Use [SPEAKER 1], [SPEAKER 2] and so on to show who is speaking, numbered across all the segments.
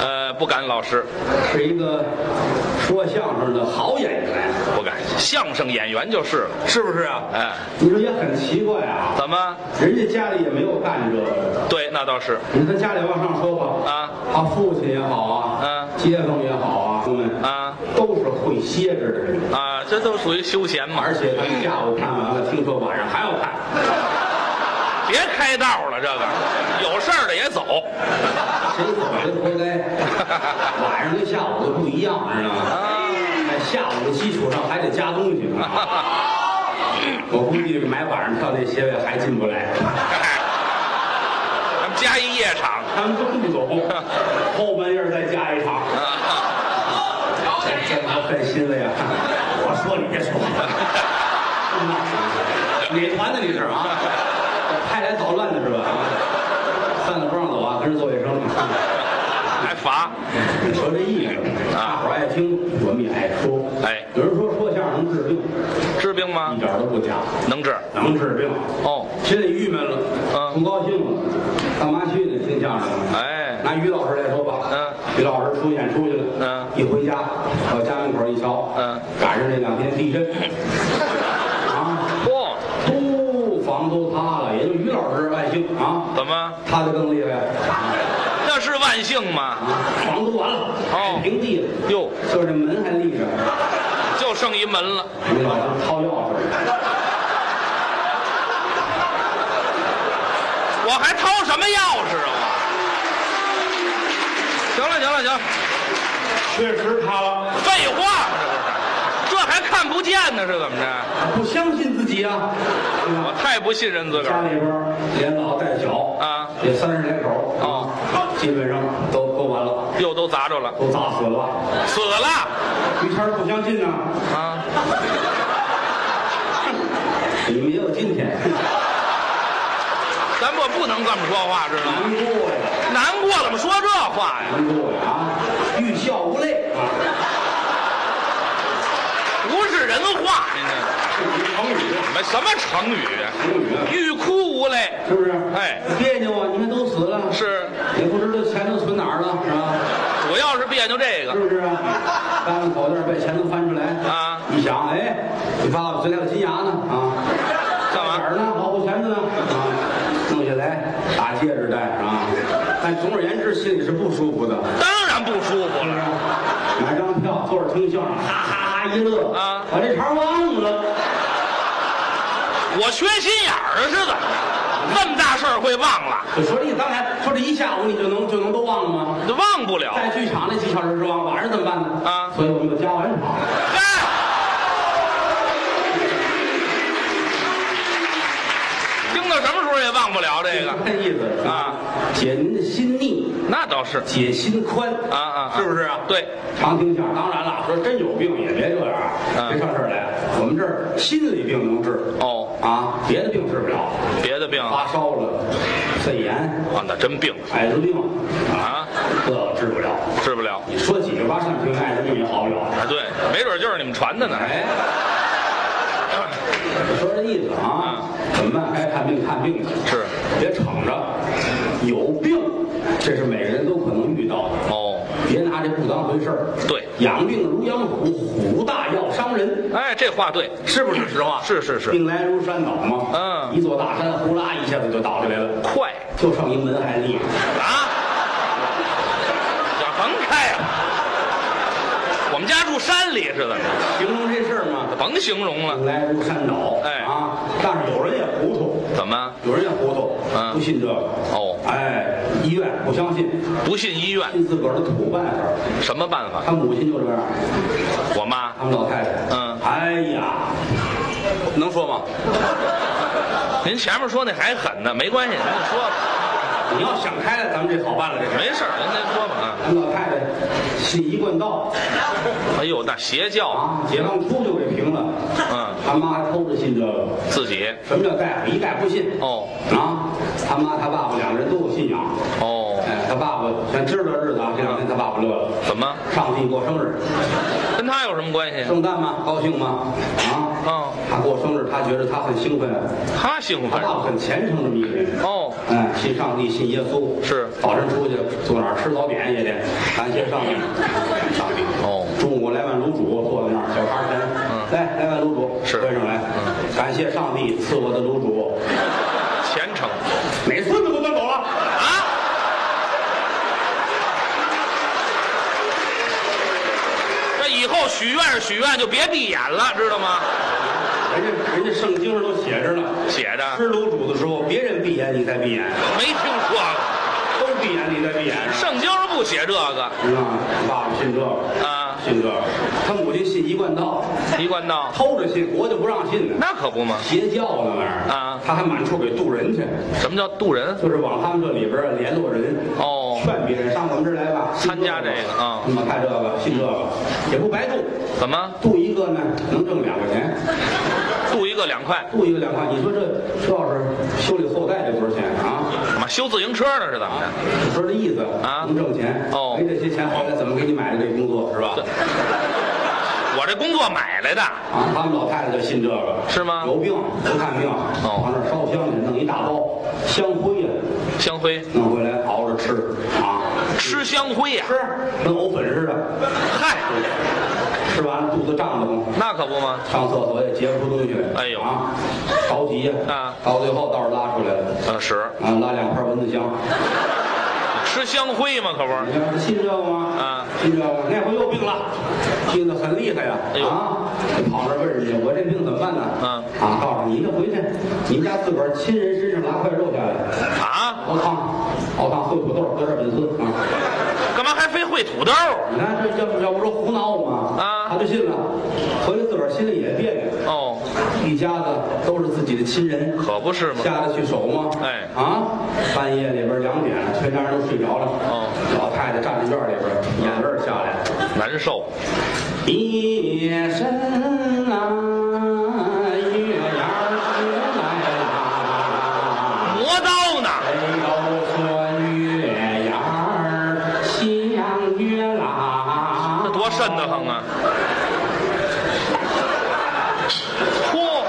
[SPEAKER 1] 呃不敢，老师
[SPEAKER 2] 是一个说相声的好演员，
[SPEAKER 1] 不敢。相声演员就是了，
[SPEAKER 2] 是不是啊？
[SPEAKER 1] 哎，
[SPEAKER 2] 你说也很奇怪啊，
[SPEAKER 1] 怎么？
[SPEAKER 2] 人家家里也没有干这个的。
[SPEAKER 1] 对，那倒是，
[SPEAKER 2] 你看家里往上说吧，
[SPEAKER 1] 啊，
[SPEAKER 2] 他父亲也好啊，
[SPEAKER 1] 嗯
[SPEAKER 2] 街坊也好啊，他们
[SPEAKER 1] 啊
[SPEAKER 2] 都是会歇着的人，
[SPEAKER 1] 啊，这都属于休闲嘛。
[SPEAKER 2] 而且咱下午看完了，听说晚上还要看，
[SPEAKER 1] 别开道了，这个有事儿的也走
[SPEAKER 2] 谁走谁 活该。晚上跟下午就不一样，知道吗？
[SPEAKER 1] 啊。
[SPEAKER 2] 在下午的基础上还得加东西 呢。我估计买晚上票那些位还进不来，
[SPEAKER 1] 咱们加一夜场
[SPEAKER 2] 他们都不懂。后半夜再加一场，
[SPEAKER 1] 啊，
[SPEAKER 2] 这我很欣 慰啊！我说你别说， 哪团的你是啊？派来捣乱的是吧？散了不让走啊，跟着做卫生。
[SPEAKER 1] 还罚
[SPEAKER 2] 你说这意思，大伙儿爱听，我们也爱说。
[SPEAKER 1] 哎
[SPEAKER 2] 有人说说相声能治病，
[SPEAKER 1] 治病吗
[SPEAKER 2] 一？点都不假，
[SPEAKER 1] 能治
[SPEAKER 2] 能治病。
[SPEAKER 1] 哦，
[SPEAKER 2] 心里郁闷了，
[SPEAKER 1] 嗯
[SPEAKER 2] 不高兴了，干嘛去呢？听相声？啊
[SPEAKER 1] 哎
[SPEAKER 2] 拿于老师来说吧，
[SPEAKER 1] 嗯，
[SPEAKER 2] 于老师出演出去了，
[SPEAKER 1] 嗯
[SPEAKER 2] 一回家到家门口一瞧，
[SPEAKER 1] 嗯，
[SPEAKER 2] 赶上这两天地震，啊，
[SPEAKER 1] 嚯、
[SPEAKER 2] 都房都塌了，也就于老师万幸啊，
[SPEAKER 1] 怎么
[SPEAKER 2] 塌的更厉害
[SPEAKER 1] 那是万幸吗？
[SPEAKER 2] 啊，房都完了，
[SPEAKER 1] 哦
[SPEAKER 2] 平地了，
[SPEAKER 1] 哟，
[SPEAKER 2] 就是这门还立着，
[SPEAKER 1] 就剩一门了，
[SPEAKER 2] 于老师掏钥匙，
[SPEAKER 1] 我还掏什么钥匙啊我？行了行了行了，
[SPEAKER 2] 确实塌了，
[SPEAKER 1] 废话嘛这不是，这还看不见呢是怎么着？
[SPEAKER 2] 啊不相信自己啊，对吧
[SPEAKER 1] 我太不信任自个
[SPEAKER 2] 家
[SPEAKER 1] 儿了
[SPEAKER 2] 里边儿连老带小
[SPEAKER 1] 啊
[SPEAKER 2] 也三十来口儿啊
[SPEAKER 1] 哦，
[SPEAKER 2] 基本上都都完了，
[SPEAKER 1] 又都砸着了，
[SPEAKER 2] 都砸死了。
[SPEAKER 1] 死了
[SPEAKER 2] 于谦儿不相信呢，
[SPEAKER 1] 啊！
[SPEAKER 2] 你们也有今天，
[SPEAKER 1] 咱们不能这么说话，知道吗？
[SPEAKER 2] 难过呀，
[SPEAKER 1] 难过怎么说这话呀？
[SPEAKER 2] 难过呀啊！欲笑无泪啊，
[SPEAKER 1] 不是人话，您这
[SPEAKER 2] 这是成语，
[SPEAKER 1] 什么什么成语？
[SPEAKER 2] 成语啊，
[SPEAKER 1] 欲哭无泪，
[SPEAKER 2] 是不是？
[SPEAKER 1] 哎，
[SPEAKER 2] 别扭啊！你看都死了，
[SPEAKER 1] 是
[SPEAKER 2] 也不知道钱都存哪儿了，是吧？
[SPEAKER 1] 主要是别扭这个
[SPEAKER 2] 是不是啊？单位口袋儿把钱都翻出来
[SPEAKER 1] 啊
[SPEAKER 2] 一想，哎，你爸爸昨天有金牙呢啊。
[SPEAKER 1] 干
[SPEAKER 2] 哪
[SPEAKER 1] 嘛？
[SPEAKER 2] 儿呢？保护钳子呢？啊，弄下来，打戒指戴啊。但总而言之，心里是不舒服的。
[SPEAKER 1] 当然不舒服了。
[SPEAKER 2] 买张票，坐着听相声，哈哈哈一乐
[SPEAKER 1] 啊
[SPEAKER 2] 把这茬忘了。
[SPEAKER 1] 我缺心眼儿啊是怎么着？这么大事儿会忘了？
[SPEAKER 2] 我说你刚才说这一下午，你就能就能都忘了吗？
[SPEAKER 1] 这忘不了。
[SPEAKER 2] 在剧场那几小时之忘，晚上怎么办呢？
[SPEAKER 1] 啊
[SPEAKER 2] 所以我们有加晚场。
[SPEAKER 1] 嗨，盯到什么时候也忘不了这个。
[SPEAKER 2] 看意思
[SPEAKER 1] 啊，
[SPEAKER 2] 解您的心腻，
[SPEAKER 1] 那倒是
[SPEAKER 2] 解心宽
[SPEAKER 1] 啊啊，啊
[SPEAKER 2] 是不是啊？
[SPEAKER 1] 对，
[SPEAKER 2] 常听相声，当然了，说真有病也别这样啊，
[SPEAKER 1] 嗯
[SPEAKER 2] 别上这儿来。我们这儿心理病能治
[SPEAKER 1] 哦，
[SPEAKER 2] 啊，别的病治不了，
[SPEAKER 1] 别的病啊，
[SPEAKER 2] 发烧了、肺炎、
[SPEAKER 1] 啊那真病
[SPEAKER 2] 艾滋病啊，
[SPEAKER 1] 啊，
[SPEAKER 2] 这个治不了。
[SPEAKER 1] 治不了。
[SPEAKER 2] 你说几个八扇屏，艾滋病也好不了。
[SPEAKER 1] 啊，对，没准就是你们传的呢。
[SPEAKER 2] 哎，我说这意思啊，怎么办？该看病看病去，
[SPEAKER 1] 是
[SPEAKER 2] 别逞着。有病，这是每个人都可能遇到的。
[SPEAKER 1] 哦，
[SPEAKER 2] 别拿这不当回事儿。
[SPEAKER 1] 对
[SPEAKER 2] 养病如养虎，虎大要伤人，
[SPEAKER 1] 哎，这话对，
[SPEAKER 2] 是不是实话？
[SPEAKER 1] 是是是，
[SPEAKER 2] 病来如山倒嘛。
[SPEAKER 1] 嗯
[SPEAKER 2] 一座大山呼啦一下子就倒下来了，
[SPEAKER 1] 快
[SPEAKER 2] 就剩一门还立着。
[SPEAKER 1] 啊！这甭开了，我们家住山里是怎么着？
[SPEAKER 2] 形容这事儿嘛，
[SPEAKER 1] 甭形容了，
[SPEAKER 2] 病来如山倒。
[SPEAKER 1] 哎
[SPEAKER 2] 啊，但是有人也糊涂。
[SPEAKER 1] 怎么
[SPEAKER 2] 有人也糊涂，
[SPEAKER 1] 嗯
[SPEAKER 2] 不信这个
[SPEAKER 1] 哦
[SPEAKER 2] 哎，医院不相信，
[SPEAKER 1] 不信医院？
[SPEAKER 2] 信自个儿的土办法。
[SPEAKER 1] 什么办法？
[SPEAKER 2] 他母亲就这样，
[SPEAKER 1] 我妈
[SPEAKER 2] 他们老太太，
[SPEAKER 1] 嗯
[SPEAKER 2] 哎呀，能说吗？
[SPEAKER 1] 您前面说那还狠呢，没关系，您就说吧，
[SPEAKER 2] 你要想开了，咱们这好办了，这事儿。
[SPEAKER 1] 没事儿，您再说吧啊。
[SPEAKER 2] 他们老太太信一贯道
[SPEAKER 1] 哎呦，那邪教，
[SPEAKER 2] 啊，解放初就给平了。
[SPEAKER 1] 嗯，
[SPEAKER 2] 他妈还偷着信这个，
[SPEAKER 1] 自己
[SPEAKER 2] 什么叫大夫？一概不信
[SPEAKER 1] 哦
[SPEAKER 2] 啊！他妈他爸爸两个人都有信仰，
[SPEAKER 1] 哦，
[SPEAKER 2] 哎，他爸爸，咱知道这日子啊，这两天他爸爸乐了。
[SPEAKER 1] 怎么
[SPEAKER 2] 上帝过生日，
[SPEAKER 1] 跟他有什么关系啊？
[SPEAKER 2] 圣诞吗？高兴吗？啊，
[SPEAKER 1] 哦，
[SPEAKER 2] 他过生日，他觉得他很兴奋，
[SPEAKER 1] 他兴
[SPEAKER 2] 他
[SPEAKER 1] 奋
[SPEAKER 2] 爸爸很虔诚这么一个人。
[SPEAKER 1] 哦，
[SPEAKER 2] 哎，信上帝，信耶稣。
[SPEAKER 1] 是
[SPEAKER 2] 早晨出去坐哪儿吃早点也得感谢上帝，感谢上帝。
[SPEAKER 1] 哦
[SPEAKER 2] 中午来碗卤煮，坐在那儿小茶神，
[SPEAKER 1] 嗯
[SPEAKER 2] 来来碗卤煮，
[SPEAKER 1] 是嗯
[SPEAKER 2] 端上来，感谢上帝赐我的卤煮，
[SPEAKER 1] 虔诚
[SPEAKER 2] 哪孙子都端走了。
[SPEAKER 1] 啊，这以后许愿许愿就别闭眼了，知道吗？
[SPEAKER 2] 人家人家圣经上都写着呢，
[SPEAKER 1] 写的
[SPEAKER 2] 吃卤煮的时候，别人闭眼你再闭眼，
[SPEAKER 1] 没听说过，
[SPEAKER 2] 都闭眼你再闭眼，
[SPEAKER 1] 圣经上不写这个
[SPEAKER 2] 知道吗？爸爸信这个，
[SPEAKER 1] 啊。
[SPEAKER 2] 信这个，他母亲信一贯道，
[SPEAKER 1] 一贯道，
[SPEAKER 2] 偷着信，我就不让信呢。
[SPEAKER 1] 那可不嘛。
[SPEAKER 2] 邪教那玩意儿
[SPEAKER 1] 啊
[SPEAKER 2] 他还满处给渡人去，
[SPEAKER 1] 什么叫渡人？
[SPEAKER 2] 就是往他们这里边儿联络人，
[SPEAKER 1] 哦
[SPEAKER 2] 劝别人上我们这儿来吧，信
[SPEAKER 1] 参加这个啊
[SPEAKER 2] 那么看这个，信这个也不白渡，
[SPEAKER 1] 怎么
[SPEAKER 2] 渡一个呢能挣两块钱，
[SPEAKER 1] 渡一个两块？
[SPEAKER 2] 渡一个两块，你说这这要是修理后代得多少钱啊？
[SPEAKER 1] 怎么修自行车呢？是怎么的？
[SPEAKER 2] 你说这意思
[SPEAKER 1] 啊
[SPEAKER 2] 能挣钱
[SPEAKER 1] 哦
[SPEAKER 2] 没这些钱回来怎么给你买的这工作是吧？
[SPEAKER 1] 我这工作买来的，
[SPEAKER 2] 啊，他们老太太就信这个，
[SPEAKER 1] 是吗哦
[SPEAKER 2] 有病不看病，往那儿烧香去，弄一大包香灰呀，
[SPEAKER 1] 香灰，
[SPEAKER 2] 弄回来熬着吃啊，
[SPEAKER 1] 吃香灰呀、
[SPEAKER 2] 吃跟藕粉似的，
[SPEAKER 1] 嗨，
[SPEAKER 2] 吃完了肚子胀得慌。
[SPEAKER 1] 那可不嘛。
[SPEAKER 2] 上厕所也结不出东西来，
[SPEAKER 1] 哎呦
[SPEAKER 2] 啊，着急呀！
[SPEAKER 1] 啊
[SPEAKER 2] 到最后倒是拉出来了，
[SPEAKER 1] 呃，屎，
[SPEAKER 2] 啊，拉两块蚊子香。
[SPEAKER 1] 吃香灰嘛，可不是。
[SPEAKER 2] 你看信这个吗？
[SPEAKER 1] 啊，
[SPEAKER 2] 信这个。那回又病了，病得很厉害呀、
[SPEAKER 1] 哎呦
[SPEAKER 2] 啊，跑那儿问人家，我这病怎么办呢？
[SPEAKER 1] 嗯
[SPEAKER 2] 啊，告诉你，你得回去，你们家自个儿亲人身上拉块肉下来，
[SPEAKER 1] 啊，
[SPEAKER 2] 熬汤，熬汤烩土豆，搁点粉丝啊。
[SPEAKER 1] 干嘛还非烩土豆？
[SPEAKER 2] 你看这要不要不说胡闹吗？
[SPEAKER 1] 啊
[SPEAKER 2] 他就信了，回来自个儿心里也别扭，
[SPEAKER 1] 哦，
[SPEAKER 2] 一家子都是自己的亲人。
[SPEAKER 1] 可不是嘛。
[SPEAKER 2] 下得去手吗？
[SPEAKER 1] 哎
[SPEAKER 2] 啊！半夜里边两点，全家人都睡着了。
[SPEAKER 1] 哦，
[SPEAKER 2] 老太太站在院里边，眼泪儿下来了。
[SPEAKER 1] 难受，
[SPEAKER 2] 夜深啊，月牙儿出来
[SPEAKER 1] 磨
[SPEAKER 2] 啦，
[SPEAKER 1] 刀呢。
[SPEAKER 2] 谁都说月牙儿像月朗。
[SPEAKER 1] 这多瘆得慌啊！嚯，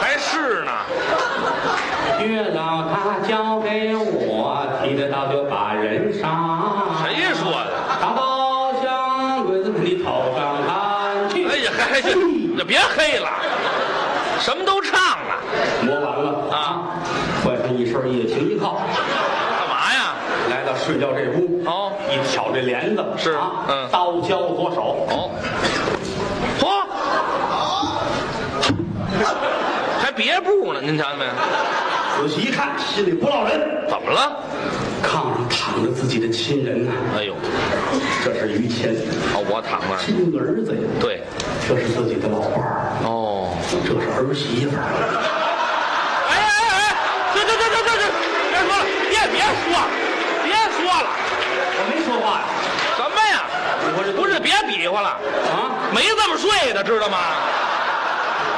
[SPEAKER 1] 还是呢，
[SPEAKER 2] 月老他交给我，提着刀就把人杀。
[SPEAKER 1] 谁说的？
[SPEAKER 2] 大刀向鬼子们的头上砍去。
[SPEAKER 1] 哎呀，还这这别黑了，什么都唱了，
[SPEAKER 2] 磨完了
[SPEAKER 1] 啊，
[SPEAKER 2] 换上一身夜行一靠，
[SPEAKER 1] 干嘛呀？
[SPEAKER 2] 来到睡觉这屋，
[SPEAKER 1] 哦
[SPEAKER 2] 一挑这帘子，
[SPEAKER 1] 是
[SPEAKER 2] 啊，
[SPEAKER 1] 嗯
[SPEAKER 2] 刀交左手，
[SPEAKER 1] 哦，嚯，还别步呢？您瞧见没？
[SPEAKER 2] 仔细一看，心里不落人，
[SPEAKER 1] 怎么了？
[SPEAKER 2] 炕上躺着自己的亲人呐、
[SPEAKER 1] 哎呦，
[SPEAKER 2] 这是于谦，
[SPEAKER 1] 哦，我躺那儿，
[SPEAKER 2] 亲儿子呀，
[SPEAKER 1] 对，
[SPEAKER 2] 这是自己的老伴儿，
[SPEAKER 1] 哦，
[SPEAKER 2] 这是儿媳妇儿，
[SPEAKER 1] 哎哎哎，这这这这这这，别说了，别别说了，别说了。
[SPEAKER 2] 我没说话呀，
[SPEAKER 1] 什么呀？
[SPEAKER 2] 我这
[SPEAKER 1] 不是，别比划了，
[SPEAKER 2] 啊，
[SPEAKER 1] 没这么睡的，知道吗？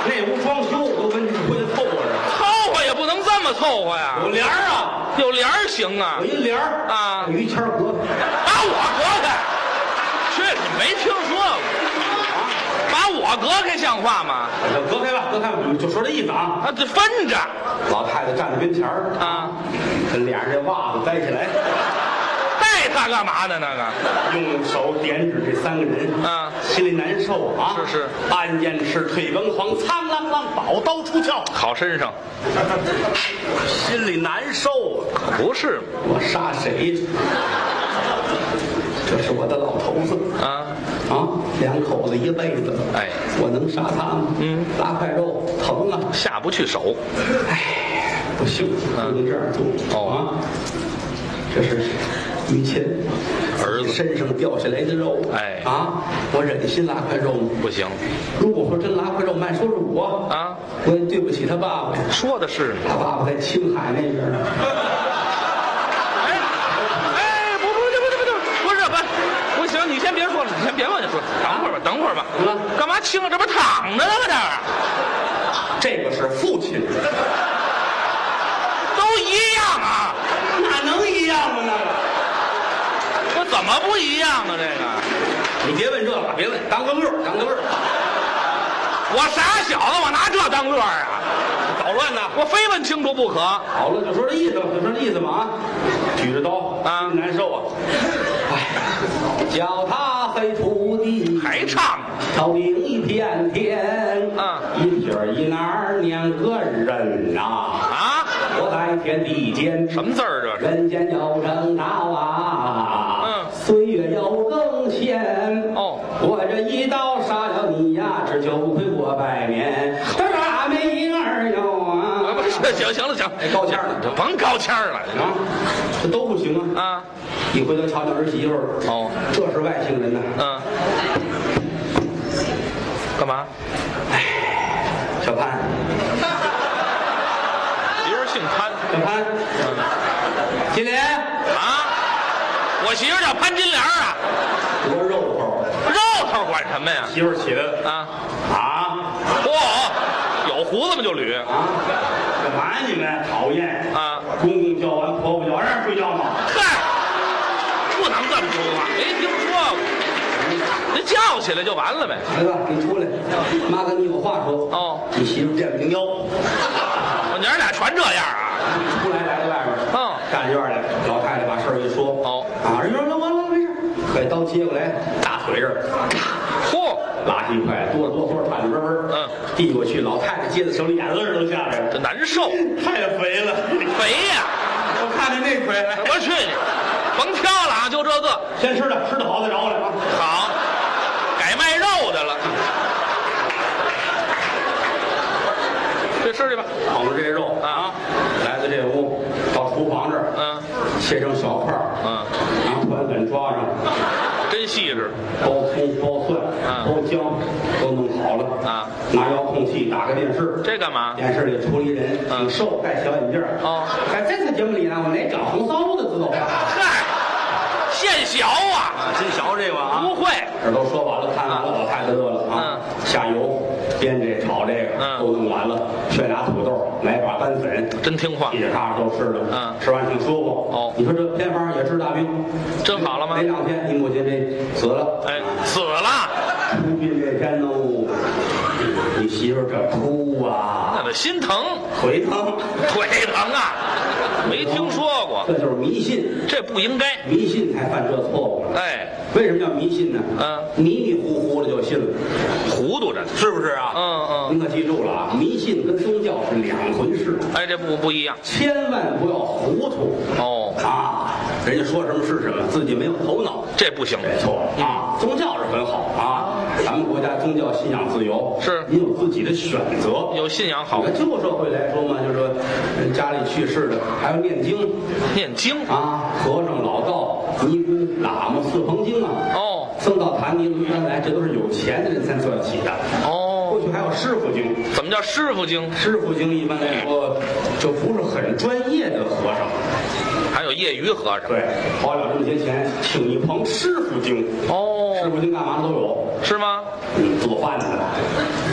[SPEAKER 2] 那屋装修我都跟这回去凑合着，
[SPEAKER 1] 凑合也不能这么凑合呀
[SPEAKER 2] 有，帘儿啊，
[SPEAKER 1] 有帘儿行啊
[SPEAKER 2] 有。一帘儿
[SPEAKER 1] 啊
[SPEAKER 2] 于谦儿隔
[SPEAKER 1] 把我隔开，去你没听说过？把我隔开像话吗？
[SPEAKER 2] 开，隔开吧，隔开吧，就说这意思啊。
[SPEAKER 1] 啊，得分着
[SPEAKER 2] 老太太站在跟前儿，
[SPEAKER 1] 啊，
[SPEAKER 2] 脸上这袜子摘起来，
[SPEAKER 1] 带他干嘛呢？那个
[SPEAKER 2] 用手点指这三个人，
[SPEAKER 1] 啊
[SPEAKER 2] 心里难受啊。
[SPEAKER 1] 是是，
[SPEAKER 2] 暗箭是退崩狂，苍啷啷，宝刀出鞘，
[SPEAKER 1] 好身上
[SPEAKER 2] 心里难受啊。
[SPEAKER 1] 可不是嘛
[SPEAKER 2] 我杀谁？这是我的老头子
[SPEAKER 1] 啊？
[SPEAKER 2] 啊，两口子一辈子，
[SPEAKER 1] 哎，
[SPEAKER 2] 我能杀他吗？嗯，拉块肉疼啊，
[SPEAKER 1] 下不去手，
[SPEAKER 2] 不行，不能这样做。
[SPEAKER 1] 啊哦
[SPEAKER 2] 啊，这是于谦
[SPEAKER 1] 儿子
[SPEAKER 2] 身上掉下来的肉。
[SPEAKER 1] 哎
[SPEAKER 2] 啊，我忍心拉块肉吗？
[SPEAKER 1] 不行
[SPEAKER 2] 如果说真拉块肉，慢说是我，
[SPEAKER 1] 啊！
[SPEAKER 2] 我也对不起他爸爸呀。
[SPEAKER 1] 说的是呢。
[SPEAKER 2] 他爸爸在青海那边呢。
[SPEAKER 1] 哎哎，不不不不不不，不是不，不行，你先别说了，你先别往下说，等会儿吧，等会儿吧。
[SPEAKER 2] 怎么了
[SPEAKER 1] 干嘛轻啊？这不躺着呢吗？这儿
[SPEAKER 2] 这个是父亲，
[SPEAKER 1] 都一样啊！
[SPEAKER 2] 哪能一样吗？那
[SPEAKER 1] 我怎么不一样啊？这个，
[SPEAKER 2] 个，你别问这个，别问，当个乐儿，当个乐儿。
[SPEAKER 1] 我傻小子，我拿这当乐儿啊？捣乱呢？我非问清楚不可。
[SPEAKER 2] 好了，就说这意思吧，就说这意思吧啊！举着刀
[SPEAKER 1] 啊
[SPEAKER 2] 难受啊！哎，脚踏黑土地，
[SPEAKER 1] 还唱？
[SPEAKER 2] 头顶一片天
[SPEAKER 1] 啊
[SPEAKER 2] 一撇儿一捺儿两个人呐、
[SPEAKER 1] 啊？
[SPEAKER 2] 活在天地间，
[SPEAKER 1] 什么字儿这是？
[SPEAKER 2] 人间有正道啊，
[SPEAKER 1] 嗯
[SPEAKER 2] 岁月有更迁。
[SPEAKER 1] 哦，
[SPEAKER 2] 我这一刀杀了你呀，这就不亏我百年。这俺们婴儿有
[SPEAKER 1] 啊，不
[SPEAKER 2] 啊，
[SPEAKER 1] 是，行行了行，
[SPEAKER 2] 哎高腔了
[SPEAKER 1] 这甭高腔了
[SPEAKER 2] 啊，这都不行啊！
[SPEAKER 1] 啊！
[SPEAKER 2] 一回头瞧瞧儿媳妇儿，
[SPEAKER 1] 哦，
[SPEAKER 2] 这是外星人呐！
[SPEAKER 1] 嗯，干嘛？
[SPEAKER 2] 小潘，
[SPEAKER 1] 媳妇儿姓潘
[SPEAKER 2] 小潘，金莲，
[SPEAKER 1] 啊，我媳妇儿叫潘金莲啊，
[SPEAKER 2] 多肉头儿，
[SPEAKER 1] 肉头管什么呀？
[SPEAKER 2] 媳妇儿起来了
[SPEAKER 1] 啊，
[SPEAKER 2] 啊
[SPEAKER 1] 嚯、有胡子吗就捋
[SPEAKER 2] 啊！干嘛呀你们？讨厌！
[SPEAKER 1] 啊！
[SPEAKER 2] 公公叫完，婆婆叫，让人睡觉吗？
[SPEAKER 1] 嗨，不能这么说话，没听说过，您叫起来就完了呗。
[SPEAKER 2] 孩子，你出来，妈跟你有话说。
[SPEAKER 1] 哦，
[SPEAKER 2] 你媳妇垫不平腰，
[SPEAKER 1] 我娘儿俩全这样啊？
[SPEAKER 2] 出来来到外边，
[SPEAKER 1] 嗯
[SPEAKER 2] 站院里，老太太把事儿一说，
[SPEAKER 1] 哦
[SPEAKER 2] 啊，人说那完了，没事儿，把刀接过来，大腿这儿，咔，
[SPEAKER 1] 嚯，
[SPEAKER 2] 拉起一块，哆哆嗦嗦，喘着啵啵，
[SPEAKER 1] 嗯，
[SPEAKER 2] 递过去，老太太接在手里，眼泪儿都下来了
[SPEAKER 1] 这，难受，
[SPEAKER 2] 太肥了，
[SPEAKER 1] 肥呀、
[SPEAKER 2] 我看看那腿，
[SPEAKER 1] 我去你，甭挑了啊，就这个
[SPEAKER 2] 先吃点，吃的好再找我来啊。
[SPEAKER 1] 好，改卖肉的了。这吃去吧，
[SPEAKER 2] 捧着这肉
[SPEAKER 1] 啊，
[SPEAKER 2] 来到这屋，到厨房这儿，
[SPEAKER 1] 嗯
[SPEAKER 2] 切成小块儿，
[SPEAKER 1] 嗯，
[SPEAKER 2] 拿团粉抓上。
[SPEAKER 1] 真细致
[SPEAKER 2] 包葱、包蒜、
[SPEAKER 1] 嗯
[SPEAKER 2] 包姜都弄好了
[SPEAKER 1] 啊！
[SPEAKER 2] 拿遥控器打开电视，
[SPEAKER 1] 这干嘛？
[SPEAKER 2] 电视里出了一人，
[SPEAKER 1] 嗯
[SPEAKER 2] 挺瘦，戴小眼镜儿
[SPEAKER 1] 哦
[SPEAKER 2] 在这次节目里呢，我们来讲红烧的，知道吧？
[SPEAKER 1] 嗨，现学啊，
[SPEAKER 2] 啊，真小这个
[SPEAKER 1] 不！会，
[SPEAKER 2] 这都说完了，看完了，老太太乐了啊！下油煸这炒这个，
[SPEAKER 1] 嗯
[SPEAKER 2] 都弄完了，炫俩土豆，来把干粉，
[SPEAKER 1] 真听话
[SPEAKER 2] 一，点大都吃了，
[SPEAKER 1] 嗯
[SPEAKER 2] 吃完挺舒服。
[SPEAKER 1] 哦
[SPEAKER 2] 你说这偏方也治大病，
[SPEAKER 1] 真好了吗
[SPEAKER 2] 没两天，你母亲这死了，
[SPEAKER 1] 哎，死了，
[SPEAKER 2] 出殡这天呢，你媳妇儿这哭啊，
[SPEAKER 1] 那得心疼，
[SPEAKER 2] 腿疼，
[SPEAKER 1] 腿疼啊，没听说过，
[SPEAKER 2] 这就是迷信，
[SPEAKER 1] 这不应该，
[SPEAKER 2] 迷信才犯这错误。
[SPEAKER 1] 哎，
[SPEAKER 2] 为什么叫迷信呢？
[SPEAKER 1] 嗯
[SPEAKER 2] 迷迷糊糊的就信了，
[SPEAKER 1] 糊涂着呢，
[SPEAKER 2] 是不是啊？
[SPEAKER 1] 嗯嗯，
[SPEAKER 2] 您可记住了啊，迷信跟宗教是两回事，
[SPEAKER 1] 哎，这不不一样
[SPEAKER 2] 千万不要糊涂
[SPEAKER 1] 哦，
[SPEAKER 2] 啊！人家说什么是什么，自己没有头脑，
[SPEAKER 1] 这不行，
[SPEAKER 2] 没错啊，
[SPEAKER 1] 嗯
[SPEAKER 2] 宗教是很好啊，咱们国家宗教信仰自由，
[SPEAKER 1] 是
[SPEAKER 2] 你有自己的选择。
[SPEAKER 1] 有信仰好，
[SPEAKER 2] 旧社会来说嘛，就是说人家里去世的还要念经
[SPEAKER 1] 念经
[SPEAKER 2] 啊，和尚、老道、尼姑、喇嘛、四棚经啊，
[SPEAKER 1] 哦
[SPEAKER 2] 僧道坛尼卢原来这都是有钱的人才做得起的。过
[SPEAKER 1] 哦，
[SPEAKER 2] 去还有师傅经，
[SPEAKER 1] 怎么叫师傅经？
[SPEAKER 2] 师傅经一般来说就不是很专业的和尚，
[SPEAKER 1] 还有业余和尚
[SPEAKER 2] 对，花了这么些钱请一棚师傅经，师
[SPEAKER 1] 哦，
[SPEAKER 2] 傅经干嘛的都有。
[SPEAKER 1] 是吗？
[SPEAKER 2] 嗯，做饭的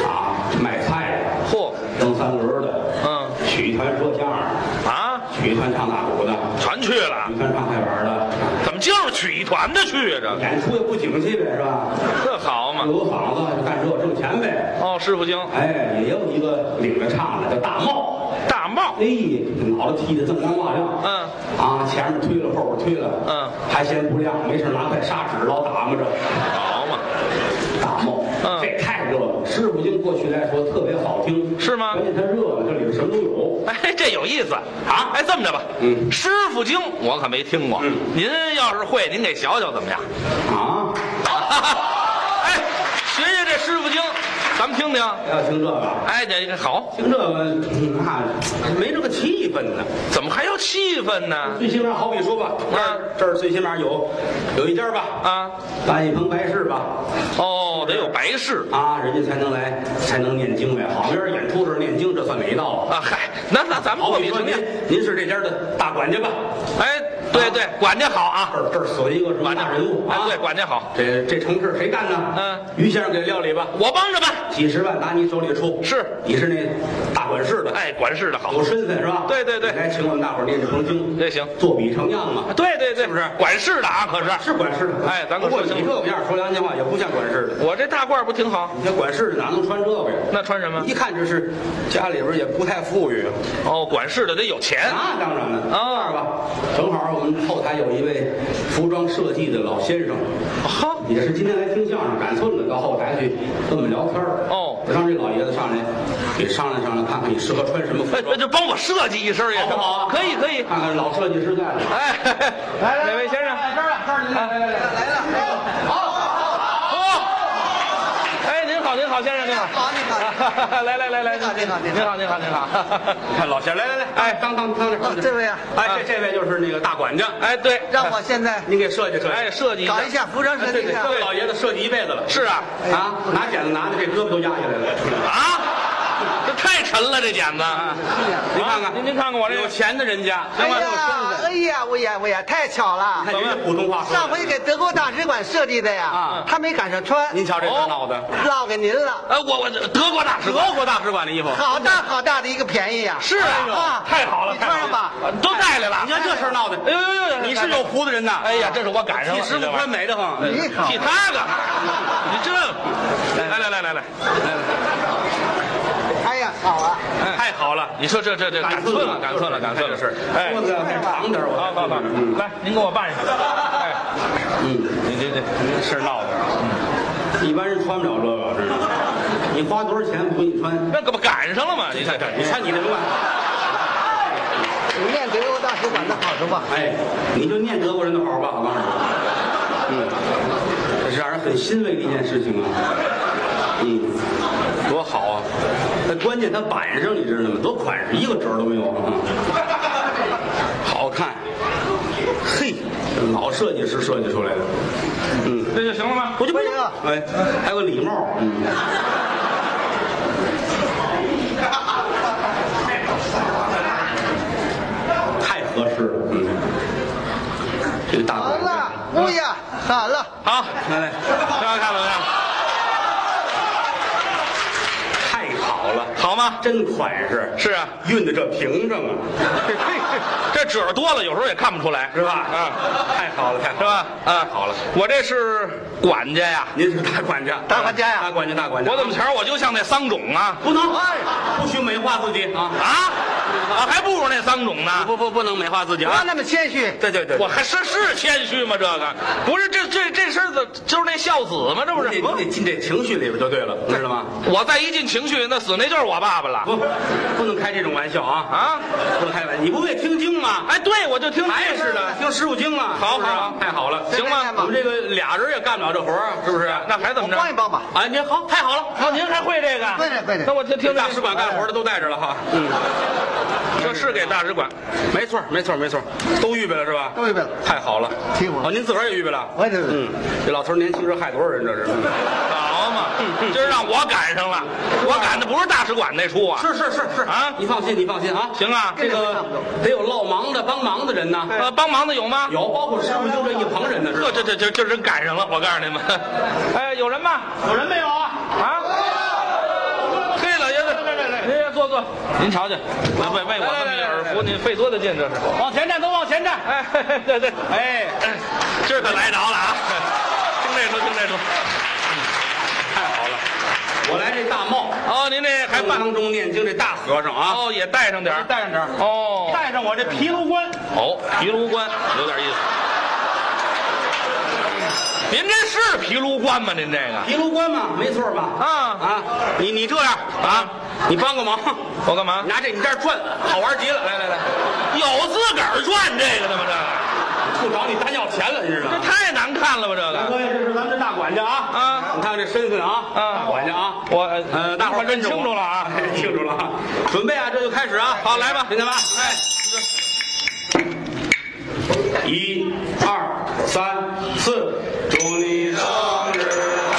[SPEAKER 2] 啊，卖菜的，
[SPEAKER 1] 嚯，
[SPEAKER 2] 蹬三轮的，
[SPEAKER 1] 嗯
[SPEAKER 2] 曲一团说相声，
[SPEAKER 1] 啊，
[SPEAKER 2] 曲一团唱大鼓的，
[SPEAKER 1] 全去了
[SPEAKER 2] 曲，一团唱快板的，
[SPEAKER 1] 怎么就是曲艺团的去呀、
[SPEAKER 2] 演出也不景气呗，是吧？
[SPEAKER 1] 这这好嘛？
[SPEAKER 2] 有个嗓子就干这挣钱呗。
[SPEAKER 1] 哦，师傅经，
[SPEAKER 2] 哎，也有一个领着唱的叫大帽，
[SPEAKER 1] 哦大帽，
[SPEAKER 2] 哎，脑袋剃得锃亮瓦亮，
[SPEAKER 1] 嗯
[SPEAKER 2] 啊，前面推了，后边推了，
[SPEAKER 1] 嗯，
[SPEAKER 2] 还嫌不亮，没事拿块砂纸老打磨着，
[SPEAKER 1] 好嘛，
[SPEAKER 2] 大帽，
[SPEAKER 1] 嗯
[SPEAKER 2] 这太热了。师傅经过去来说特别好听，
[SPEAKER 1] 是吗
[SPEAKER 2] 关键它热了，这里边什么都有。
[SPEAKER 1] 哎，这有意思啊！哎，这么着吧，
[SPEAKER 2] 嗯
[SPEAKER 1] 师傅经我可没听过，
[SPEAKER 2] 嗯
[SPEAKER 1] 您要是会，您给学学怎么 样？
[SPEAKER 2] 啊，
[SPEAKER 1] 哎，学学这师傅经，咱们听听。
[SPEAKER 2] 要听这个，
[SPEAKER 1] 哎，这个好，
[SPEAKER 2] 听这个嗯那没这个气氛呢。
[SPEAKER 1] 怎么还要气氛呢？
[SPEAKER 2] 最起码好比说吧，这儿这儿最起码有有一家吧，
[SPEAKER 1] 啊，
[SPEAKER 2] 办一盆白事吧，
[SPEAKER 1] 哦，得有白事
[SPEAKER 2] 啊，人家才能来，才能念经呗。好，没人演出时候念经，这算没道了。
[SPEAKER 1] 啊啊！嗨，那那咱们
[SPEAKER 2] 好
[SPEAKER 1] 货
[SPEAKER 2] 比
[SPEAKER 1] 比
[SPEAKER 2] 说
[SPEAKER 1] 三
[SPEAKER 2] 您
[SPEAKER 1] 家，
[SPEAKER 2] 您是这家的大管家吧，
[SPEAKER 1] 哎，对对，管家好
[SPEAKER 2] 这
[SPEAKER 1] 啊，
[SPEAKER 2] 儿这儿锁一个什么大人物
[SPEAKER 1] 哎
[SPEAKER 2] 啊？
[SPEAKER 1] 对，管家好，
[SPEAKER 2] 这这城市谁干呢？
[SPEAKER 1] 嗯，
[SPEAKER 2] 于先生给料理吧，
[SPEAKER 1] 我帮着办。
[SPEAKER 2] 几十万打你手里出。
[SPEAKER 1] 是，
[SPEAKER 2] 你是那大管事的，
[SPEAKER 1] 哎，管事的好，
[SPEAKER 2] 有身份是吧？
[SPEAKER 1] 对对对
[SPEAKER 2] 你来请我们大伙儿念这封经，
[SPEAKER 1] 这行。
[SPEAKER 2] 作笔成样嘛，
[SPEAKER 1] 对对对，
[SPEAKER 2] 是不是
[SPEAKER 1] 管事的啊？可是
[SPEAKER 2] 是管事的。
[SPEAKER 1] 哎咱
[SPEAKER 2] 不
[SPEAKER 1] 们
[SPEAKER 2] 过
[SPEAKER 1] 说清
[SPEAKER 2] 你
[SPEAKER 1] 楚
[SPEAKER 2] 这个样儿说良心话也不像管事的，
[SPEAKER 1] 我这大褂不挺好？
[SPEAKER 2] 你这管事的哪能穿这个呀？
[SPEAKER 1] 那穿什么？
[SPEAKER 2] 一看这是家里边也不太富裕，
[SPEAKER 1] 哦，管事的得有钱。
[SPEAKER 2] 那当然了。
[SPEAKER 1] 哎啊
[SPEAKER 2] 这样吧，正好我们后台有一位服装设计的老先生，
[SPEAKER 1] 哈，
[SPEAKER 2] 也是今天来听相声，赶寸的到后台去跟我们聊天儿。
[SPEAKER 1] 哦
[SPEAKER 2] 我让这老爷子上来，给商量商量，看看你适合穿什么服
[SPEAKER 1] 哎，那
[SPEAKER 2] 装，
[SPEAKER 1] 就帮我设计一身也
[SPEAKER 2] 好
[SPEAKER 1] 行，
[SPEAKER 2] 不好啊？
[SPEAKER 3] 哦
[SPEAKER 1] 可以可以。
[SPEAKER 2] 看看老设计师在了。
[SPEAKER 1] 哎， 哪位先生？
[SPEAKER 3] 这儿啊，这儿您来来来来来了，
[SPEAKER 1] 哦，哎，您好，您好，先生，您好，
[SPEAKER 3] 好您好
[SPEAKER 1] 来来来来，
[SPEAKER 3] 您好您好
[SPEAKER 1] 您好，您好， 您好，
[SPEAKER 2] 看老先生，来来来，哎，当当当这
[SPEAKER 3] 哦这位啊
[SPEAKER 2] 哎，这这位就是那个大管家，
[SPEAKER 1] 哎，对，
[SPEAKER 3] 让我现在
[SPEAKER 2] 您给设计设计。
[SPEAKER 1] 哎设计
[SPEAKER 3] 搞一下服装设
[SPEAKER 2] 对
[SPEAKER 3] 计
[SPEAKER 2] 对，
[SPEAKER 3] 上
[SPEAKER 2] 这，位老爷子设计一辈子了。
[SPEAKER 1] 是啊，
[SPEAKER 2] 啊，拿剪子拿的，这胳膊都压下来了。
[SPEAKER 1] 啊，这太沉了，这剪子。
[SPEAKER 2] 您看看，
[SPEAKER 1] 您您看看我这个
[SPEAKER 2] 有钱的人家，
[SPEAKER 3] 哎呀，哎呀，我呀我呀，太巧了
[SPEAKER 2] 看！人家普通话说的
[SPEAKER 3] 上回给德国大使馆设计的呀
[SPEAKER 2] 啊，
[SPEAKER 3] 他没赶上穿，
[SPEAKER 2] 您瞧这大脑袋，
[SPEAKER 3] 落给您了，
[SPEAKER 1] 哎，我我德国大使
[SPEAKER 2] 德国大使馆的衣服，
[SPEAKER 3] 好大好大的一个便宜呀！
[SPEAKER 1] 是啊，太好了，
[SPEAKER 3] 你穿上吧。
[SPEAKER 1] 都带来了。
[SPEAKER 2] 你看这事儿闹的，
[SPEAKER 1] 哎呦呦呦，
[SPEAKER 2] 你是有胡子人呐？
[SPEAKER 1] 哎呀，这是我赶上
[SPEAKER 2] 替
[SPEAKER 1] 了，
[SPEAKER 2] 师傅宽美的很。
[SPEAKER 3] 你好
[SPEAKER 1] 哎替，他干嘛？你这，来来来来来，
[SPEAKER 3] 哎呀，好啊！
[SPEAKER 1] 太好了！你说这这这赶寸了，赶寸了，赶寸了，是。哎，
[SPEAKER 2] 桌子要再长点儿，我
[SPEAKER 1] 好好好，来，您给我办一下。哎，
[SPEAKER 2] 嗯，
[SPEAKER 1] 你这这事闹的，
[SPEAKER 2] 一般人穿不了这个，真的。你花多少钱不给你穿？
[SPEAKER 1] 那可不赶上了吗？你看看，
[SPEAKER 2] 你看你这乱，
[SPEAKER 3] 你念德国大使馆的好处吧？
[SPEAKER 2] 哎，你就念德国人的好吧，我告诉你，嗯，这是让人很欣慰的一件事情啊。嗯，多好啊！那关键它板上，你知道吗？多款式，一个褶儿都没有。嗯好看，嘿，老设计师设计出来的，嗯。
[SPEAKER 1] 这就行了吗？
[SPEAKER 2] 我就不
[SPEAKER 3] 不行了
[SPEAKER 2] 哎，还有礼貌，嗯。太合适了，嗯。这个大
[SPEAKER 3] 好
[SPEAKER 2] 管家
[SPEAKER 3] 了，哎呀，好了，
[SPEAKER 1] 好，
[SPEAKER 2] 来来，
[SPEAKER 1] 大家看怎么样？
[SPEAKER 2] 太好了，
[SPEAKER 1] 好吗？
[SPEAKER 2] 真款式，
[SPEAKER 1] 是啊，
[SPEAKER 2] 熨的这平整啊，
[SPEAKER 1] 这褶儿多了，有时候也看不出来，
[SPEAKER 2] 是吧？
[SPEAKER 1] 啊，
[SPEAKER 2] 太好了，太好
[SPEAKER 1] 是
[SPEAKER 2] 了。
[SPEAKER 1] 吧？啊，
[SPEAKER 2] 好了，
[SPEAKER 1] 我这是管家呀，
[SPEAKER 2] 您是大管家，
[SPEAKER 3] 大管家呀哎
[SPEAKER 2] 大管家，大管家。
[SPEAKER 1] 我怎么瞧我就像那桑种啊
[SPEAKER 2] 不能？不许美化自己啊！
[SPEAKER 1] 啊啊，还不如那桑种呢。
[SPEAKER 2] 不不不能美化自己啊
[SPEAKER 3] 不
[SPEAKER 1] 啊
[SPEAKER 3] 要！那么谦虚，
[SPEAKER 2] 对对对，
[SPEAKER 1] 我还是是谦虚吗？这个不是这这这事儿怎就是那孝子吗？这不是
[SPEAKER 2] 你得你得进这情绪里边就对了，知道吗？
[SPEAKER 1] 我再一进情绪，那死那就是我爸爸了
[SPEAKER 2] 不，不能开这种玩笑啊！
[SPEAKER 1] 啊！
[SPEAKER 2] 不能开玩笑，你不为听经吗？
[SPEAKER 1] 哎，对，我就听
[SPEAKER 2] 还是的，听师傅经了，
[SPEAKER 1] 好
[SPEAKER 2] 是不是
[SPEAKER 1] 好好
[SPEAKER 2] 太好了，
[SPEAKER 1] 行吗？
[SPEAKER 2] 我们这个俩人也干不了这活儿，是不是？
[SPEAKER 1] 那还怎
[SPEAKER 3] 我
[SPEAKER 1] 么着？
[SPEAKER 3] 帮一帮吧。
[SPEAKER 2] 啊，您好，太好了，
[SPEAKER 1] 哦，您还会这个？
[SPEAKER 3] 会这会这
[SPEAKER 1] 那我就听
[SPEAKER 2] 大使馆干活的都在这了哈。嗯，
[SPEAKER 1] 这是给大使馆。
[SPEAKER 2] 没错，没错，没错，都预备了是吧？
[SPEAKER 3] 都预备了
[SPEAKER 2] 太好了，
[SPEAKER 3] 替我
[SPEAKER 2] 哦，您自个儿也预备了？
[SPEAKER 3] 我也得
[SPEAKER 2] 嗯，这老头儿年轻时候害多少人？这是。
[SPEAKER 1] 好嘛，今儿让我赶上了，我赶的不是大使馆那出啊。
[SPEAKER 2] 是是是是
[SPEAKER 1] 啊
[SPEAKER 2] 你放心，你放心啊。
[SPEAKER 1] 行啊
[SPEAKER 2] 这个得有落忙的、帮忙的人呐，
[SPEAKER 1] 呃，帮忙的有吗？
[SPEAKER 2] 有，包括师傅就这一棚人呢，是吧
[SPEAKER 1] 呵，这这这这真赶上了，我告诉你们。哎，有人吗？有人没有啊？啊？嘿，老爷子，来来来，您坐坐，您瞧瞧，那为为我这么一耳福，您费多大劲这是？往前站，都往前站。哎，对对，哎，今儿可来着了啊！听这出，听这出。
[SPEAKER 2] 太好了，我来这大帽，
[SPEAKER 1] 哦，您这还
[SPEAKER 2] 还
[SPEAKER 1] 办
[SPEAKER 2] 半空中念经这大和尚啊，
[SPEAKER 1] 哦，也带上点儿。
[SPEAKER 2] 带上点儿，
[SPEAKER 1] 哦，
[SPEAKER 2] 带上我这皮卢关，
[SPEAKER 1] 哦，皮卢关有点意思。您这是皮卢关吗？您这个？
[SPEAKER 2] 皮卢关嘛，没错吧？
[SPEAKER 1] 啊
[SPEAKER 2] 啊，你你这样啊，你帮个忙，
[SPEAKER 1] 我干嘛？
[SPEAKER 2] 拿这你这儿转，好玩极了，来来来，
[SPEAKER 1] 有自个儿转这个的吗？这
[SPEAKER 2] 不找你单要钱了，你知道
[SPEAKER 1] 个这
[SPEAKER 2] 吗？
[SPEAKER 1] 太难看了吧？这个
[SPEAKER 2] 各位，这是咱们这大管家啊，
[SPEAKER 1] 啊
[SPEAKER 2] 你看看这身份啊，
[SPEAKER 1] 啊
[SPEAKER 2] 大管家啊，
[SPEAKER 1] 我
[SPEAKER 2] 呃，大伙儿跟
[SPEAKER 1] 认
[SPEAKER 2] 着
[SPEAKER 1] 清
[SPEAKER 2] 我
[SPEAKER 1] 楚了啊。，
[SPEAKER 2] 清楚了啊，准备啊，这就开始啊，
[SPEAKER 1] 好来吧
[SPEAKER 2] 听见吧？哎，一、二、三、四，祝你生日！
[SPEAKER 1] 哎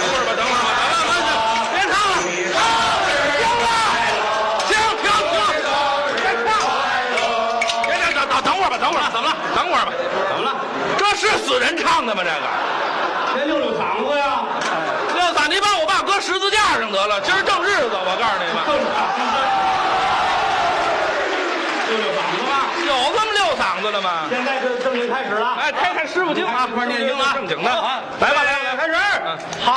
[SPEAKER 1] 等会儿吧，等会儿吧，等会儿吧，别唱了，停了，停停停，别唱了，吧，等会儿，怎么了？等会儿吧，
[SPEAKER 2] 怎么了？
[SPEAKER 1] 这是死人唱的吗？这个
[SPEAKER 2] 先溜溜嗓子呀。
[SPEAKER 1] 六嫂，你把我爸搁十字架上得了，今儿正日子，我告诉你吧，
[SPEAKER 2] 溜溜嗓子吧。
[SPEAKER 1] 有这么溜嗓子的吗？
[SPEAKER 2] 现在就正式开始了。
[SPEAKER 1] 哎，开开师傅经啊，
[SPEAKER 2] 一块儿念经啊
[SPEAKER 1] 正经的啊，来吧，来吧，开始。嗨，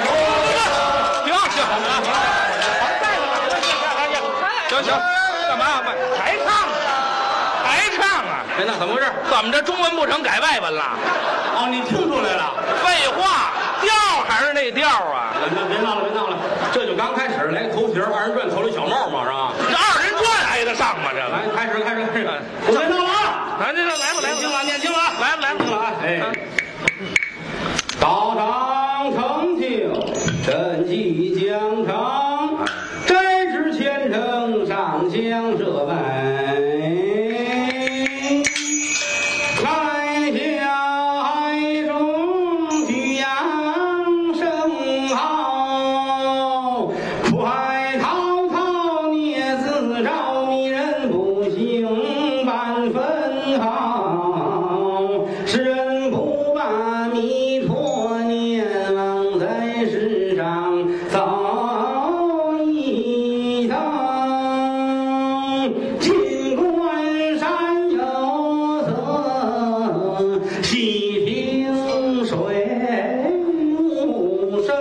[SPEAKER 1] 停停行行，干嘛？还唱啊？还唱啊？
[SPEAKER 2] 哎，那怎么回事？
[SPEAKER 1] 怎么着？中文不成改外文了？
[SPEAKER 2] 哦，你听出来了？哎
[SPEAKER 1] 废话，调还是那调啊？
[SPEAKER 2] 别别闹了，别闹了，这就刚开始，来个头蹄儿，二人转，头里小帽嘛，是吧？
[SPEAKER 1] 这二人转挨得上吗？这个，
[SPEAKER 2] 来，开始，开始，开始，我别闹了啊！
[SPEAKER 1] 来这这来吧，来吧，念经了，念经了，来吧，来吧，
[SPEAKER 2] 哎，道长成就，真迹江城，真实虔诚上香设拜。开海中举扬声号，快逃逃孽自招，迷人不行半分好。世人不把迷错念，枉在世上走一遭。金冠山有色，细听水无声。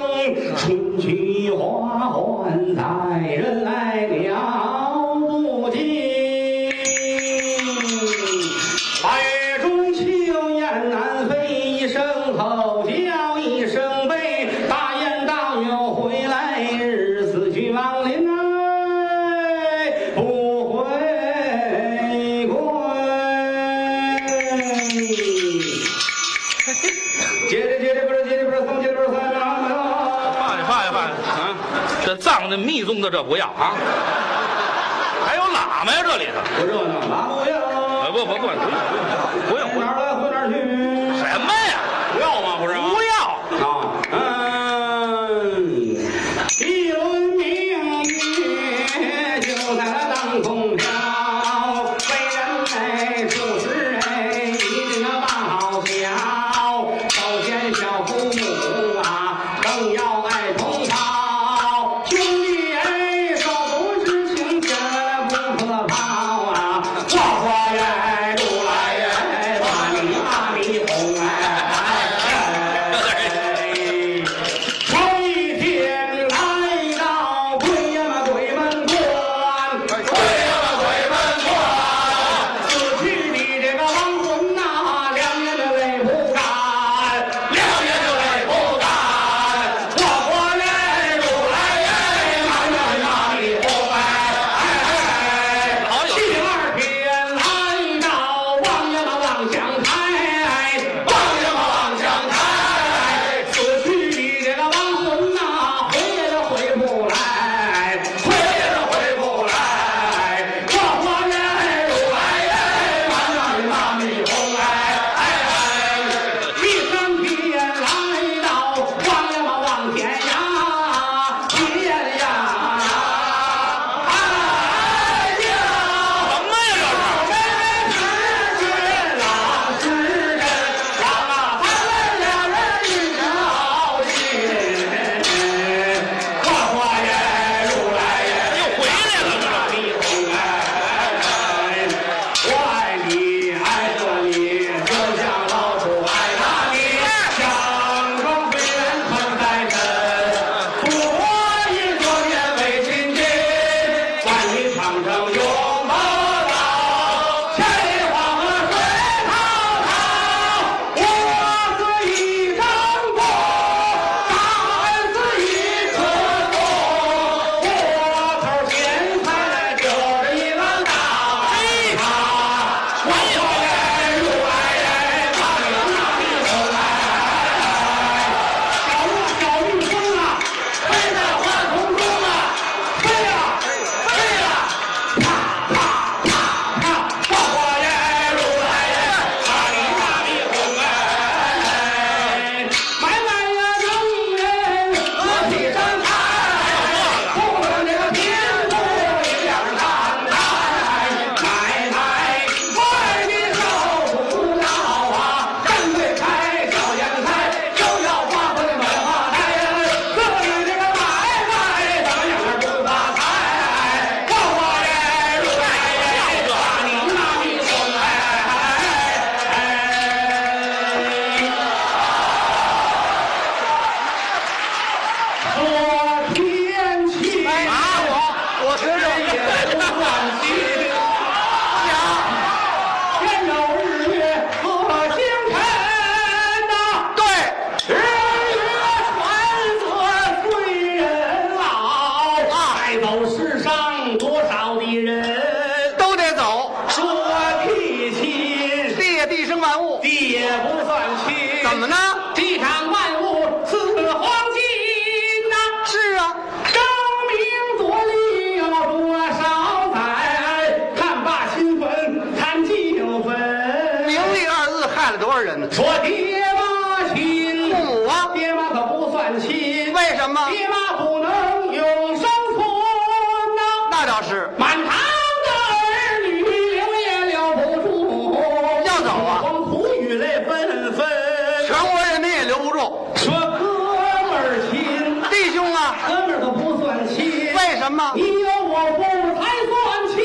[SPEAKER 2] 春去花还在，人来了不尽。海中秋雁南飞，一声吼叫一声悲。大雁荡又回来日，死去亡灵哎，不回归。接着接着不是接着不是三接着不是三啊
[SPEAKER 1] 放下，放下，放下啊！这藏的密宗的这不要啊，还有喇嘛呀这里头，
[SPEAKER 2] 不热闹了不
[SPEAKER 1] 呃
[SPEAKER 2] 要，
[SPEAKER 1] 不不不，不用
[SPEAKER 2] 哪儿来回哪儿去。
[SPEAKER 1] 什么呀？
[SPEAKER 2] 不要吗？不是
[SPEAKER 1] 不要，
[SPEAKER 2] 啊，嗯，一轮明月就在那当空飘，为人哎，处事哎，一定要把好孝。首先孝父母啊，更要爱同胞。兄弟哎，手不是情，将来不可抛啊，花花呀，路来呀，把你把你哄哎。头一天来到鬼呀嘛鬼门关，鬼呀嘛鬼门关，死去的这个亡魂呐，两眼的泪不干，两眼的泪不干，我活来如来耶，满满哪里不哎。
[SPEAKER 1] 好有
[SPEAKER 2] 第二天来到望呀望望江台，望呀望望江台，死去的这个亡魂呐，回也都回不来，回也都回不来，花花人如来耶，满满的大米红哎。第三天来到望呀望望天涯，天涯。哎呀！
[SPEAKER 1] 什么呀这是？又回来了，这
[SPEAKER 2] 长征永不老，千里黄河水滔滔，我自一张弓，大恩赐一颗钟，窝头钱财九十一万大，嘿哈，我有人如来人，大有大利如来，小路小路风啊，飞在花丛中啊，飞呀飞呀。啪往昔的家，天朝日月不相沉呐。
[SPEAKER 3] 对，
[SPEAKER 2] 日月穿梭催人老，带走世上多少的人。
[SPEAKER 3] 都得走，
[SPEAKER 2] 说地亲，
[SPEAKER 3] 地也地生万物，
[SPEAKER 2] 地也不算亲。
[SPEAKER 3] 怎么呢？
[SPEAKER 2] 地上万物似黄金呐、
[SPEAKER 3] 是啊，
[SPEAKER 2] 争名夺利有多少载？看罢新坟，看旧
[SPEAKER 3] 名
[SPEAKER 2] 坟。
[SPEAKER 3] 利二字害了多少人呢？
[SPEAKER 2] 说爹妈亲，
[SPEAKER 3] 父母啊，
[SPEAKER 2] 爹妈可不算亲，
[SPEAKER 3] 为什么？
[SPEAKER 2] 爹妈不能永生存呐、
[SPEAKER 3] 那倒是，
[SPEAKER 2] 满堂的儿女留也留不住，
[SPEAKER 3] 要走啊
[SPEAKER 2] 光胡雨泪纷纷。
[SPEAKER 3] 全国人民也留不住，
[SPEAKER 2] 说哥们儿亲，
[SPEAKER 3] 弟兄啊，
[SPEAKER 2] 哥们儿可不算亲。
[SPEAKER 3] 为什么？
[SPEAKER 2] 你有我不才算亲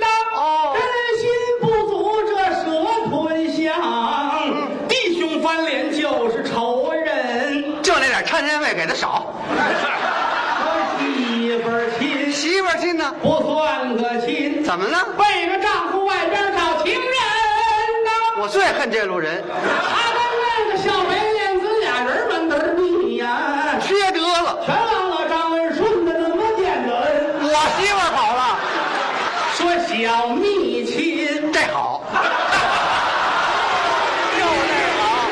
[SPEAKER 2] 呐！
[SPEAKER 3] 哦
[SPEAKER 2] 真心不足这蛇吞象，弟兄翻脸就是仇人。
[SPEAKER 3] 就那点掺掺费给的少，
[SPEAKER 2] 儿媳妇儿亲
[SPEAKER 3] 媳妇儿亲呢？
[SPEAKER 2] 不算个亲，
[SPEAKER 3] 怎么呢？
[SPEAKER 2] 背着丈夫外边找情人呐！
[SPEAKER 3] 我最恨这路人，
[SPEAKER 2] 他跟那个小白脸子俩人满得闭呀，
[SPEAKER 3] 缺德了。
[SPEAKER 2] 全忘了张文顺的那么点的恩。
[SPEAKER 3] 我媳妇儿好了，
[SPEAKER 2] 说小蜜亲。
[SPEAKER 3] 这好， 就这好。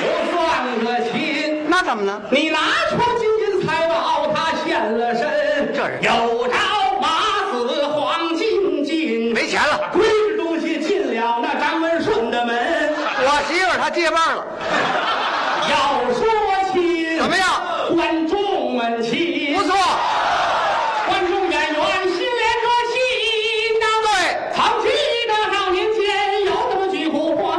[SPEAKER 2] 不算个亲。
[SPEAKER 3] 那怎么呢？
[SPEAKER 2] 你拿出金银财宝，他现了身。
[SPEAKER 3] 这人
[SPEAKER 2] 有朝马死黄金尽，
[SPEAKER 3] 没钱了。
[SPEAKER 2] 归置东西进了那张文顺的门。
[SPEAKER 3] 我媳妇儿她接班了，
[SPEAKER 2] 要说亲，
[SPEAKER 3] 怎么样？
[SPEAKER 2] 观众们亲，
[SPEAKER 3] 不错，
[SPEAKER 2] 观众演员心连着心呐。
[SPEAKER 3] 对
[SPEAKER 2] 曾记得少年间有那么句古话，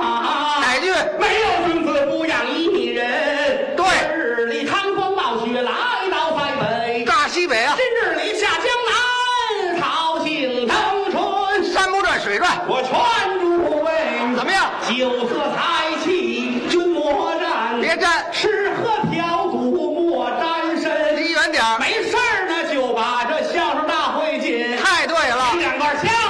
[SPEAKER 3] 哪句？
[SPEAKER 2] 没有君子不养艺人。
[SPEAKER 3] 对
[SPEAKER 2] 日里趟风冒雪来到塞北，
[SPEAKER 3] 大西北啊，
[SPEAKER 2] 今日里下江南，桃杏登春。
[SPEAKER 3] 山不转水转，
[SPEAKER 2] 我劝诸位，
[SPEAKER 3] 怎么样？
[SPEAKER 2] 酒色财气君莫沾，
[SPEAKER 3] 别沾，
[SPEAKER 2] 吃喝嫖赌莫沾身。
[SPEAKER 3] 离远点儿。
[SPEAKER 2] 没事儿呢，就把这相声大会进，
[SPEAKER 3] 太对
[SPEAKER 2] 听
[SPEAKER 3] 了，
[SPEAKER 2] 两段相